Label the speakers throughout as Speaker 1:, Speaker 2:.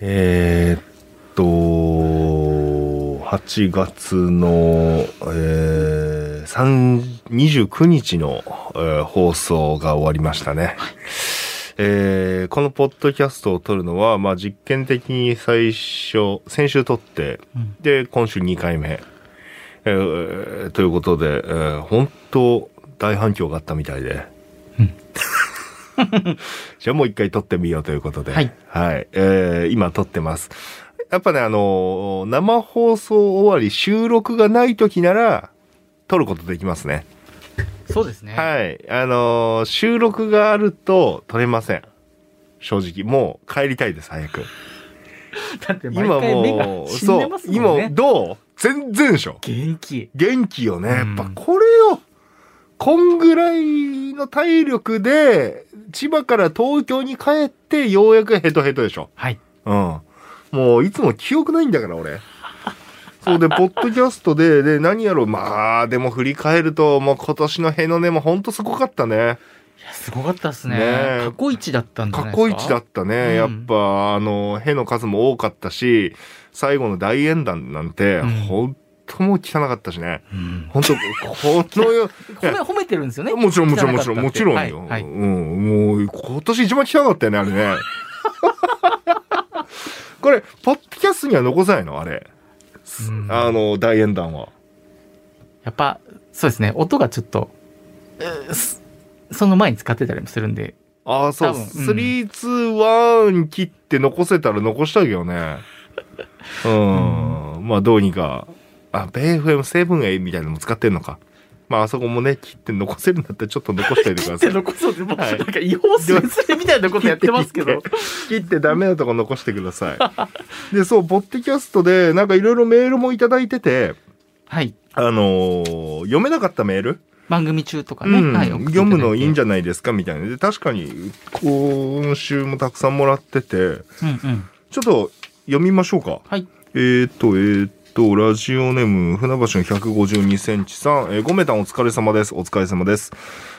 Speaker 1: えーっと、8月の、えー、3 29日の、えー放送が終わりましたね。えーこのポッドキャストを撮るのは、まあ、実験的に最初、先週撮って、で、今週2回目。えーということで、えー本当、大反響があったみたいで。 じゃあもう一回撮ってみようということで。
Speaker 2: はい。
Speaker 1: えー今撮ってます。やっぱね、あのー生放送終わり収録がない時なら、撮ることできますね。
Speaker 2: そうですね。
Speaker 1: はい。あのー収録があると撮れません。正直。もう帰りたいです、早く。
Speaker 2: だって毎
Speaker 1: 今
Speaker 2: 回目が
Speaker 1: もう、
Speaker 2: 死んで
Speaker 1: そう
Speaker 2: ます。もん
Speaker 1: 今、
Speaker 2: ね。
Speaker 1: どう全然でしょ。
Speaker 2: 元気。
Speaker 1: 元気よね。や
Speaker 2: う
Speaker 1: っ
Speaker 2: ん
Speaker 1: ぱこれを、こんぐらいの体力で、千葉から東京に帰って、ようやくヘトヘトでしょ。
Speaker 2: はい。
Speaker 1: うん。もう、いつも記憶ないんだから、俺。そうで、ポッドキャストで、で、何やろう、まあ、でも振り返ると、もう今年のへのねもほんとすごかったね。
Speaker 2: いや、すごかったですね
Speaker 1: ねえ
Speaker 2: 過去一だったんじゃ
Speaker 1: 過
Speaker 2: ないですか
Speaker 1: 去一だったね。やっ
Speaker 2: うん
Speaker 1: ぱ、あの、への数も多かったし、最後の大演談なんて、
Speaker 2: うん
Speaker 1: ほんともう汚かったしね。
Speaker 2: うん
Speaker 1: ほんと、この 世、
Speaker 2: 褒め、褒めてるんですよね。
Speaker 1: もちろん、もちろん、もちろん、もちろんよ。
Speaker 2: はいはい
Speaker 1: うん、もう、今年一番汚かったよね、あれ ね。これ、ポッドキャストには残さないのあれ。
Speaker 2: うん
Speaker 1: あの、大演談は。
Speaker 2: やっぱ、そうですね。音がちょっと、えーすその前に使ってたりもするんで。
Speaker 1: ああ、そう。
Speaker 2: 多分うん
Speaker 1: 3、2、1切って残せたら残したいけど ね。うん。まあ、どうにか。あ、ベイ FM7A みたいなのも使ってんのか。まあ、あそこもね、切って残せるんだったらちょっと残しておいてくだ さい。
Speaker 2: 残そうでも
Speaker 1: はい
Speaker 2: か違法するみたいなことやってま すけど。
Speaker 1: 切ってダメなとこ残してください。で、そう、ポッドキャストで、なんかいろいろメールもいただいてて、
Speaker 2: はい。
Speaker 1: あのー読めなかったメール、
Speaker 2: 番組中とか
Speaker 1: う
Speaker 2: ね。
Speaker 1: ん
Speaker 2: はい
Speaker 1: 読むのいいんじ
Speaker 2: ゃ
Speaker 1: ゃないですかみたいな。で、確かに、今週もたくさんもらってて、
Speaker 2: うんうん。
Speaker 1: ちょっと読みましょうか。
Speaker 2: はい。
Speaker 1: えー、っと、えーっと、ラジオネーム、船橋の152センチさん、えー、ごめたんお疲れ様です。お疲れ様です。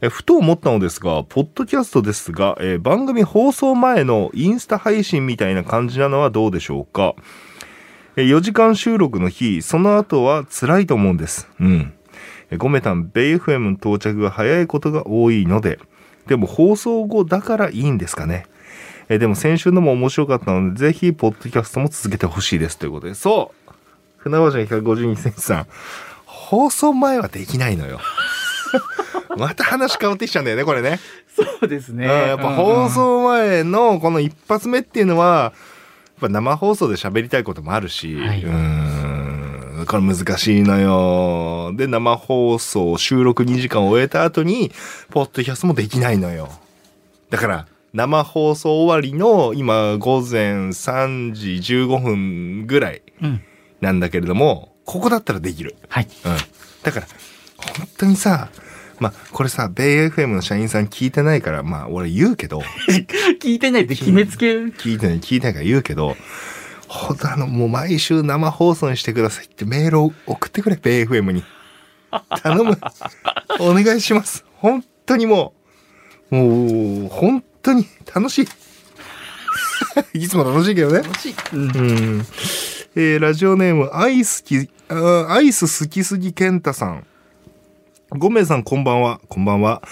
Speaker 1: えーふと思ったのですが、ポッドキャストですが、えー番組放送前のインスタ配信みたいな感じなのはどうでしょうか。えー4時間収録の日、その後は辛いと思うんです。うん。えーごめたん、ベイ FM の到着が早いことが多いので、でも放送後だからいいんですかね。えーでも先週のも面白かったので、ぜひ、ポッドキャストも続けてほしいですということで、そう船橋の152センチさん、放送前はできないのよ。 また話変わってきちゃうんだよね、これね。
Speaker 2: そうですね。
Speaker 1: うんやっぱ放送前のこの一発目っていうのは、やっぱ生放送で喋りたいこともあるし、
Speaker 2: はい
Speaker 1: うん、これ難しいのよ。で、生放送収録2時間終えた後に、ポッドキャストもできないのよ。だから、生放送終わりの今午前3時15分ぐらい
Speaker 2: うん。うん。
Speaker 1: なんだけれども、ここだったらできる。
Speaker 2: はい。
Speaker 1: うん。だから、本当にさ、まあ、これさ、ベイ FM の社員さん聞いてないから、まあ、俺言うけど、
Speaker 2: 聞いてないって決めつける。
Speaker 1: 聞いてない、聞いてないから言うけど、ほんとあの、もう毎週生放送にしてくださいってメールを送ってくれ、ベイ FM に。頼む。お願いします。本当にもう、もう、本当に楽し い。いつも楽しいけどね。
Speaker 2: 楽しい。う
Speaker 1: う
Speaker 2: ん
Speaker 1: ん。えーラジオネーム、アイスき、あーアイス好きすぎ健太さん。ごめんさん、こんばんは。こんばんは。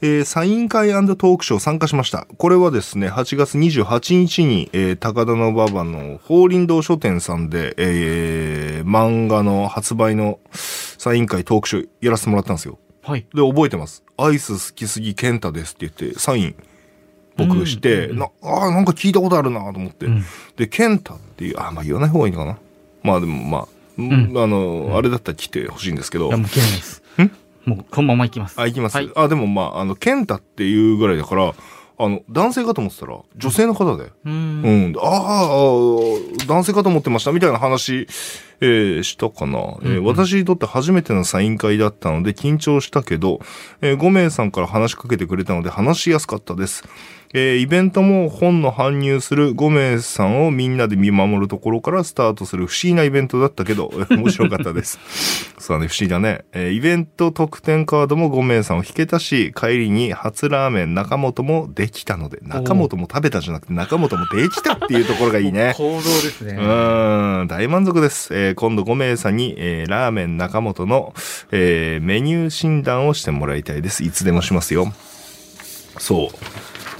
Speaker 1: えーサイン会トークショー参加しました。これはですね、8月28日に、えー高田の馬場の法輪堂書店さんで、えー漫画の発売のサイン会トークショーやらせてもらったんですよ。
Speaker 2: はい。
Speaker 1: で、覚えてます。アイス好きすぎ健太ですって言って、サイン、僕して、
Speaker 2: うん
Speaker 1: なあーなんか聞いたことあるなと思って。
Speaker 2: うん
Speaker 1: で、ケンタっていう、あ、まあ言わない方がいいのかな。まあでもまあ、
Speaker 2: ん
Speaker 1: あの、あれだったら来てほしいんですけど
Speaker 2: いや、、もういけないです。もう、このままいきます。
Speaker 1: あ、行きます。
Speaker 2: はい
Speaker 1: あ、でもまあ、あの、ケンタっていうぐらいだから、あの、男性かと思ってたら、女性の方で、
Speaker 2: う。
Speaker 1: うんん、ああ、男性かと思ってました、みたいな話、えーしたかな、えー
Speaker 2: うんうん
Speaker 1: 私にとって初めてのサイン会だったので緊張したけど、えー、5名さんから話しかけてくれたので話しやすかったです。ええーイベントも本の搬入する5名さんをみんなで見守るところからスタートする不思議なイベントだったけど、面白かったです。そうだね、不思議だね。えーイベント特典カードも5名さんを引けたし、帰りに初ラーメン中本もできたので、中本も食べたじゃなくて中本もできたっていうところがいい ね。
Speaker 2: 行動ですね。
Speaker 1: うーん、大満足です。えー今度5名さんに、えーラーメン中本の、えーメニュー診断をしてもらいたいです。いつでもしますよ。そう。だか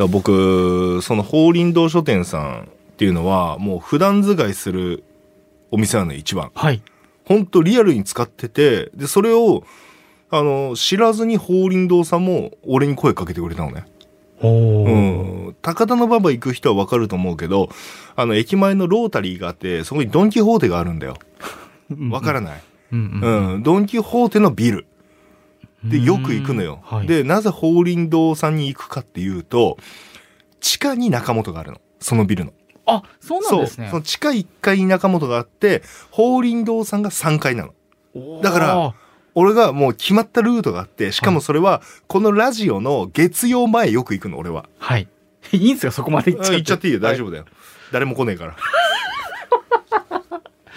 Speaker 1: ら僕、その法輪堂書店さんっていうのは、もう普段使いするお店なのよ一番。
Speaker 2: はい。
Speaker 1: ほんとリアルに使ってて、で、それを、あの、知らずに法輪堂さんも俺に声かけてくれたのね。
Speaker 2: おお。
Speaker 1: うん、高田馬場行く人はわかると思うけど、あの、駅前のロータリーがあって、そこにドンキホーテがあるんだよ。わから
Speaker 2: ん。
Speaker 1: ない。
Speaker 2: うん
Speaker 1: う。ん、ドンキホーテのビル。で、よく行くのよ。
Speaker 2: うんはい
Speaker 1: で、なぜ法輪堂さんに行くかっていうと、地下に中本があるの。そのビルの。
Speaker 2: あ、そうなんです
Speaker 1: そう
Speaker 2: ね
Speaker 1: そ。の地下1階に中本があって、法輪堂さんが3階なの。
Speaker 2: おー
Speaker 1: だから、俺がもう決まったルートがあって、しかもそれは、このラジオの月曜前よく行くの、俺は。
Speaker 2: はい。 いいんですかそこまで行っちゃ
Speaker 1: 行っちゃっていいよ大丈
Speaker 2: 夫。
Speaker 1: 夫だよ、誰も来ねえから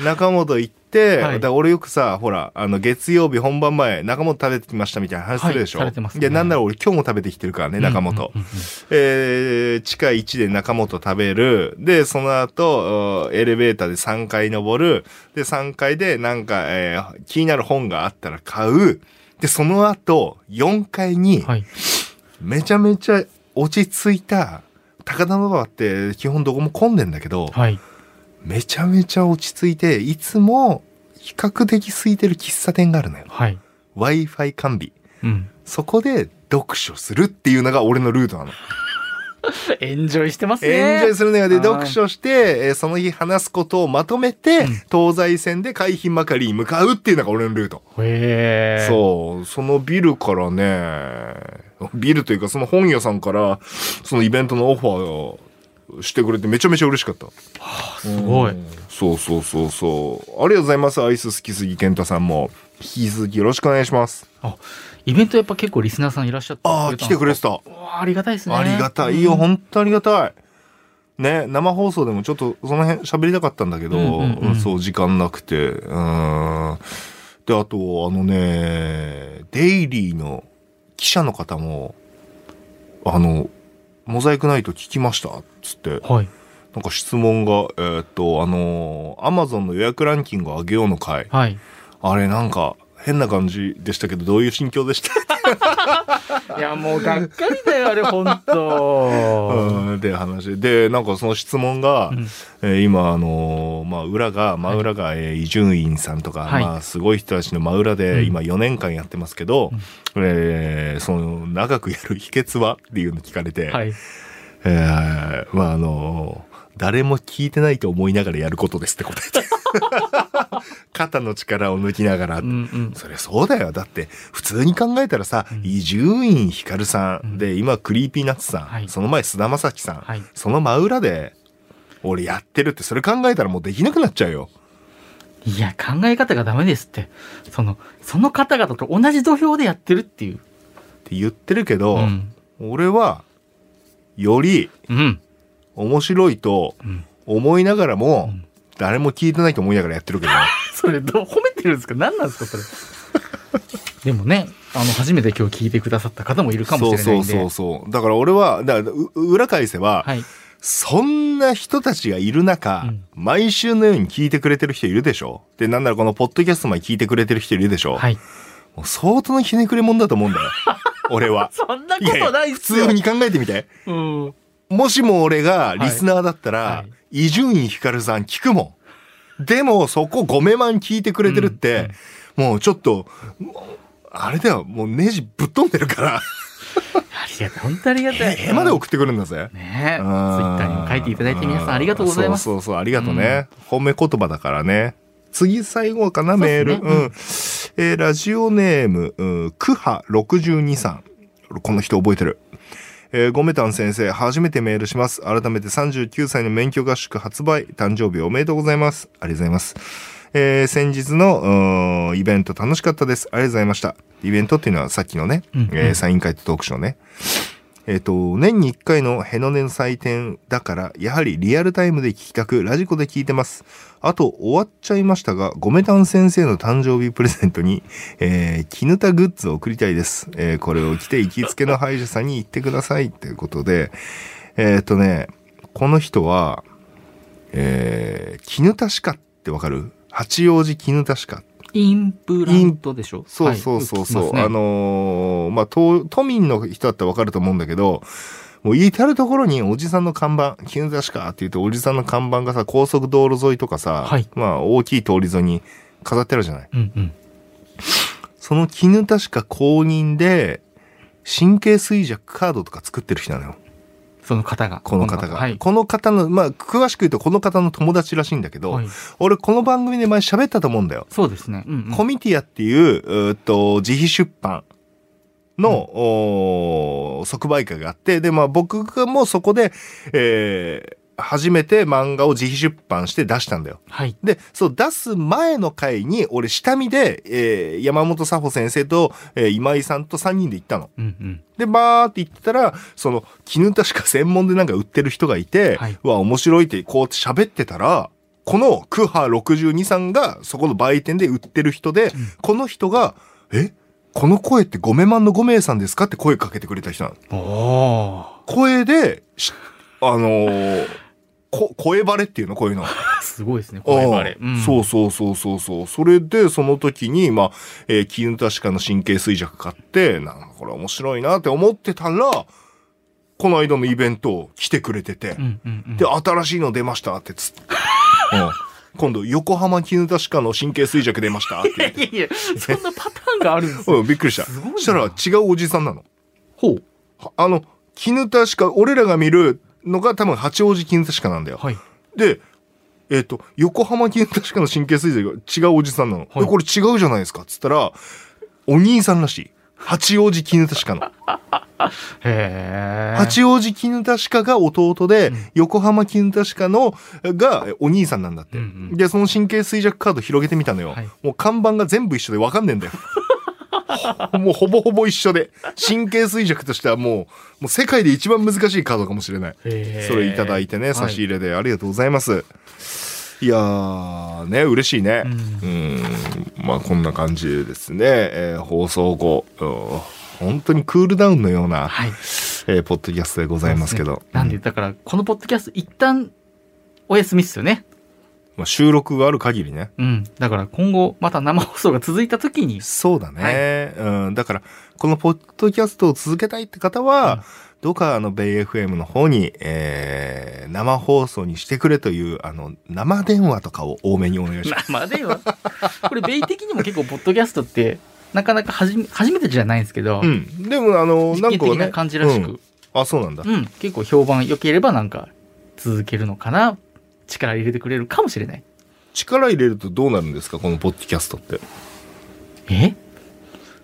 Speaker 1: 中本行って、
Speaker 2: はい
Speaker 1: だから俺よくさほらあの月曜日本番前中本食べてきましたみたいな話するでしょ、
Speaker 2: はいされてますね
Speaker 1: でなんなら俺今日も食べてきてるからね中本、
Speaker 2: うんうんうん
Speaker 1: えー地下1で中本食べる。で、その後、おエレベーターで3階登る。で、3階でなんか、えー気になる本があったら買う。で、その後、4階に
Speaker 2: うん、はい。
Speaker 1: めちゃめちゃ落ち着いた、高田馬場って基本どこも混んでんだけど、
Speaker 2: はい。
Speaker 1: めちゃめちゃ落ち着いて、いつも比較的空いてる喫茶店があるのよ。
Speaker 2: はい。
Speaker 1: Wi-Fi 完備。
Speaker 2: うん。
Speaker 1: そこで読書するっていうのが俺のルートなの。
Speaker 2: エンジョイしてますね。
Speaker 1: エンジョイするのよ。で、
Speaker 2: はい
Speaker 1: 読書して、えーその日話すことをまとめて、
Speaker 2: うん
Speaker 1: 東西線で海浜まかりに向かうっていうのが俺のルート。
Speaker 2: へえ。
Speaker 1: そう、そのビルからね、ビルというかその本屋さんから、そのイベントのオファーをしてくれてめちゃめちゃ嬉しかった。
Speaker 2: すごい
Speaker 1: うん。そうそうそうそう。ありがとうございます。アイス好きすぎ健太さんも。引き続きよろしくお願いします。
Speaker 2: あ、イベントやっぱ結構リスナーさんいらっしゃって
Speaker 1: ああ、来てくれて
Speaker 2: たんで
Speaker 1: た。
Speaker 2: すか。うわありがたいですね。
Speaker 1: ありがたいよ、
Speaker 2: うん
Speaker 1: 本当ありがたい。ね、生放送でもちょっとその辺喋りたかったんだけど、
Speaker 2: うんうんうん
Speaker 1: そう、時間なくて。うーん。で、あと、あのね、デイリーの記者の方も、あの、モザイクナイト聞きましたっつって、
Speaker 2: はい。
Speaker 1: なんか質問が、えーっと、あの、アマゾンの予約ランキングを上げようの回。
Speaker 2: はい。
Speaker 1: あれ、なんか、変な感じでしたけど、どういう心境でした
Speaker 2: いや、もうがっかりだよ、あれ、ほんと。
Speaker 1: うん、で話でなんかその質問が、
Speaker 2: うん
Speaker 1: えー今あのーまあ裏が真裏がえー伊集院さんとか、
Speaker 2: はい
Speaker 1: まあすごい人たちの真裏
Speaker 2: う
Speaker 1: で
Speaker 2: ん
Speaker 1: 今4年間やってますけど、えーその長くやる秘訣はっていうの聞かれて、
Speaker 2: はい。
Speaker 1: えーまああのー誰も聞いてないと思いながらやることですって答えて 肩の力を抜きながらって
Speaker 2: うんうん。
Speaker 1: そりゃそうだよ。だって、普通に考えたらさ
Speaker 2: うん、
Speaker 1: 伊集院光さ
Speaker 2: うん
Speaker 1: ん、で、今、クリーピーナッツさ
Speaker 2: は
Speaker 1: ん、
Speaker 2: い
Speaker 1: その前、菅田将暉さん、
Speaker 2: はい。
Speaker 1: その真裏で、俺やってるって、それ考えたらもうできなくなっちゃうよ。
Speaker 2: いや、考え方がダメですって。その、その方々と同じ土俵でやってるっていう。
Speaker 1: って言ってるけど、
Speaker 2: うん。
Speaker 1: 俺は、より
Speaker 2: うん。
Speaker 1: 面白いと
Speaker 2: うん。
Speaker 1: 思いながらも、
Speaker 2: うん
Speaker 1: 誰も聞いてないと思いながらやって るけど、
Speaker 2: それ、どう褒めてるんですか何なんですか、それ。 でもね、あの、初めて今日聞いてくださった方もいるか
Speaker 1: そ
Speaker 2: も
Speaker 1: う
Speaker 2: しれな
Speaker 1: そ
Speaker 2: い
Speaker 1: うん
Speaker 2: で。
Speaker 1: そうそう。だから俺は、だからう裏返せば、
Speaker 2: はい。
Speaker 1: そんな人たちがいる中、
Speaker 2: うん
Speaker 1: 毎週のように聞いてくれてる人いるでしょで、なんならこのポッドキャストまで聞いてくれてる人いるでしょ、
Speaker 2: はい。
Speaker 1: もう相当のひねくれ者だと思うんだよ。俺は。
Speaker 2: そんない
Speaker 1: やいや普通に考えてみて。
Speaker 2: うん。
Speaker 1: もしも俺がリスナーだったら、
Speaker 2: はいは
Speaker 1: 伊集院光さん聞くもん。でもそこごめまん聞いてくれてるって、もうちょっと、もうあれだよ、もうネジぶっ飛んでるから、
Speaker 2: ありがたい。本当ありがたい。
Speaker 1: へまで送ってくるんだぜ。
Speaker 2: ねえ。ツイ
Speaker 1: ツ
Speaker 2: ッターにも書いていただいて皆さんありがとうございます。
Speaker 1: そうそうそう、ありがとうね。褒め言葉だからね。次、最後かな、
Speaker 2: そう
Speaker 1: メ
Speaker 2: で
Speaker 1: ー
Speaker 2: すね
Speaker 1: ル。うん。えーラジオネーム、うんクハ62さん。俺この人覚えてる。えーゴメタン先生、初めてメールします。改めて39歳の免許合宿発売、誕生日おめでとうございます。ありがとうございます。えー先日のうーイベント楽しかったです。ありがとうございました。イベントっていうのはさっきのね、
Speaker 2: うんうん
Speaker 1: えーサイン会とトークショーね。えっと、年に1回のヘノネの祭典だから、やはりリアルタイムで聞きたく、ラジコで聞いてます。あと、終わっちゃいましたが、ゴメタン先生の誕生日プレゼントに、えー、絹田グッズを送りたいです。えーこれを着て行きつけの歯医者さんに行ってください。ということで、えーっとね、この人は、えー、絹田歯科ってわかる八王子絹田歯科。
Speaker 2: インプラントでしょ
Speaker 1: そうそうそうそう。
Speaker 2: はい
Speaker 1: あのーまあ、都、都民の人だったらわかると思うんだけど、もう至るところにおじさんの看板、絹田しかって言うとおじさんの看板がさ、高速道路沿いとかさ、
Speaker 2: はい
Speaker 1: まあ大きい通り沿いに飾ってあるじゃない。
Speaker 2: うんうん。
Speaker 1: その絹田しか公認で、神経衰弱カードとか作ってる人なのよ。
Speaker 2: その方が。
Speaker 1: この方が。
Speaker 2: はい。
Speaker 1: この方の、まあ、詳しく言うとこの方の友達らしいんだけど、
Speaker 2: はい
Speaker 1: 俺この番組で前喋ったと思うんだよ。
Speaker 2: そうですね。うんうん
Speaker 1: コミティアっていう、うーっと、自費出版の、
Speaker 2: うん
Speaker 1: おー即売会があって、で、まあ僕がもうそこで、えー初めて漫画を自費出版して出したんだよ。
Speaker 2: はい。
Speaker 1: で、そう出す前の回に、俺下見で、えー山本佐穂先生と、えー今井さんと3人で行ったの。
Speaker 2: うんうん。
Speaker 1: で、バーって行ってたら、その、絹田しか専門でなんか売ってる人がいて、
Speaker 2: はいう
Speaker 1: わ、面白いってこうやって喋ってたら、このクハ62さんがそこの売店で売ってる人で、この人が、えこの声ってゴメマンの5名さんですかって声かけてくれた人なの。
Speaker 2: おお
Speaker 1: 声で、しあのーこ、声バレっていうのこういうの。
Speaker 2: ー。すごいですね。これあれ。
Speaker 1: うんそうそうそうそうそう。それで、その時に、まあ、えー、キヌタシカの神経衰弱買って、なんかこれ面白いなって思ってたら、この間のイベント来てくれてて、
Speaker 2: うんうんうん。
Speaker 1: で、新しいの出ましたってつって、うん今度、横浜キヌタシカの神経衰弱出ましたって言っ
Speaker 2: い
Speaker 1: て。
Speaker 2: やいや、そんなパターンがあるん ですよ。
Speaker 1: うん、びっくりした。
Speaker 2: すごいな
Speaker 1: そしたら違うおじさんなの。
Speaker 2: ほう。
Speaker 1: はあの、絹田しか、俺らが見るのが多分八王子絹田しかなんだよ。
Speaker 2: はい。
Speaker 1: で、えっ、と、横浜絹田しかの神経衰弱が違うおじさんなの。
Speaker 2: はい
Speaker 1: えこれ違うじゃないですかっつったら、お兄さんらしい。八王子絹田しかの。
Speaker 2: へえ。
Speaker 1: 八王子絹田しかが弟で、
Speaker 2: うん
Speaker 1: 横浜絹田しかのがえお兄さんなんだって。
Speaker 2: うんうん
Speaker 1: で、その神経衰弱カード広げてみたのよ。
Speaker 2: はい
Speaker 1: もう看板が全部一緒でわかんねえんだ よ。もうほぼほぼ一緒で。神経衰弱としてはもう、もう世界で一番難しいカードかもしれない。
Speaker 2: へー
Speaker 1: それいただいてね、差し入れでありがとうございます。い、やー、ね、嬉しいね。
Speaker 2: う
Speaker 1: うんん、まあこんな感じですね。えー放送後、うん本当にクールダウンのような、
Speaker 2: はい。
Speaker 1: えーポッドキャストでございますけ
Speaker 2: そう
Speaker 1: ど
Speaker 2: で。ね なんで、だから、このポッドキャスト、一旦、お休みっすよね。
Speaker 1: まあ、収録がある限りね。
Speaker 2: うん。だから、今後、また生放送が続いた時に、
Speaker 1: そうだね。うん、だから、このポッドキャストを続けたいって方は、
Speaker 2: うん
Speaker 1: どうかあの、ベイ FM の方に、えー生放送にしてくれという、あの、生電話とかを多めにお願いします。
Speaker 2: 生では、これ、米的にも結構、ポッドキャストって、なかなか初め、初めてじゃないんですけど、
Speaker 1: うん。でも、あの、
Speaker 2: 実
Speaker 1: なん
Speaker 2: 験
Speaker 1: か
Speaker 2: 的
Speaker 1: ね
Speaker 2: な。感じらし
Speaker 1: う
Speaker 2: く
Speaker 1: ん、あ、そうなんだ。
Speaker 2: うん、結構評判良ければ、なんか、続けるのかな、力入れてくれるかもしれない。
Speaker 1: 力入れるとどうなるんですかこのポッドキャストって。
Speaker 2: え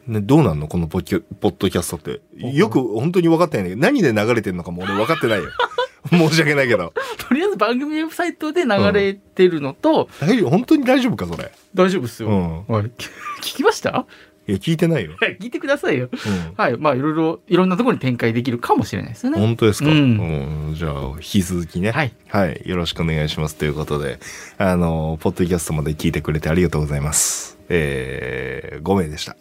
Speaker 1: ね、どうなんのこのポッキャポッドキャストって。よく本当に分かってないんだけど、何で流れてるのかも俺分かってないよ。 申し訳ないけど。
Speaker 2: とりあえず番組ウェブサイトで流れてるのと、
Speaker 1: 大丈夫本当に大丈夫かそれ。
Speaker 2: 大丈夫っすよ。
Speaker 1: うん。
Speaker 2: はい、聞 きました
Speaker 1: いや、聞いてないよ。
Speaker 2: 聞いてくださいよ。
Speaker 1: うん。
Speaker 2: はい。まあ、いろいろ、いろんなところに展開できるかもしれないですよね。
Speaker 1: 本当ですか、
Speaker 2: う
Speaker 1: うんん、じゃあ、引き続きね。
Speaker 2: はい。
Speaker 1: はい。よろしくお願いします。ということで、あの、ポッドキャストまで聞いてくれてありがとうございます。えー、5名でした。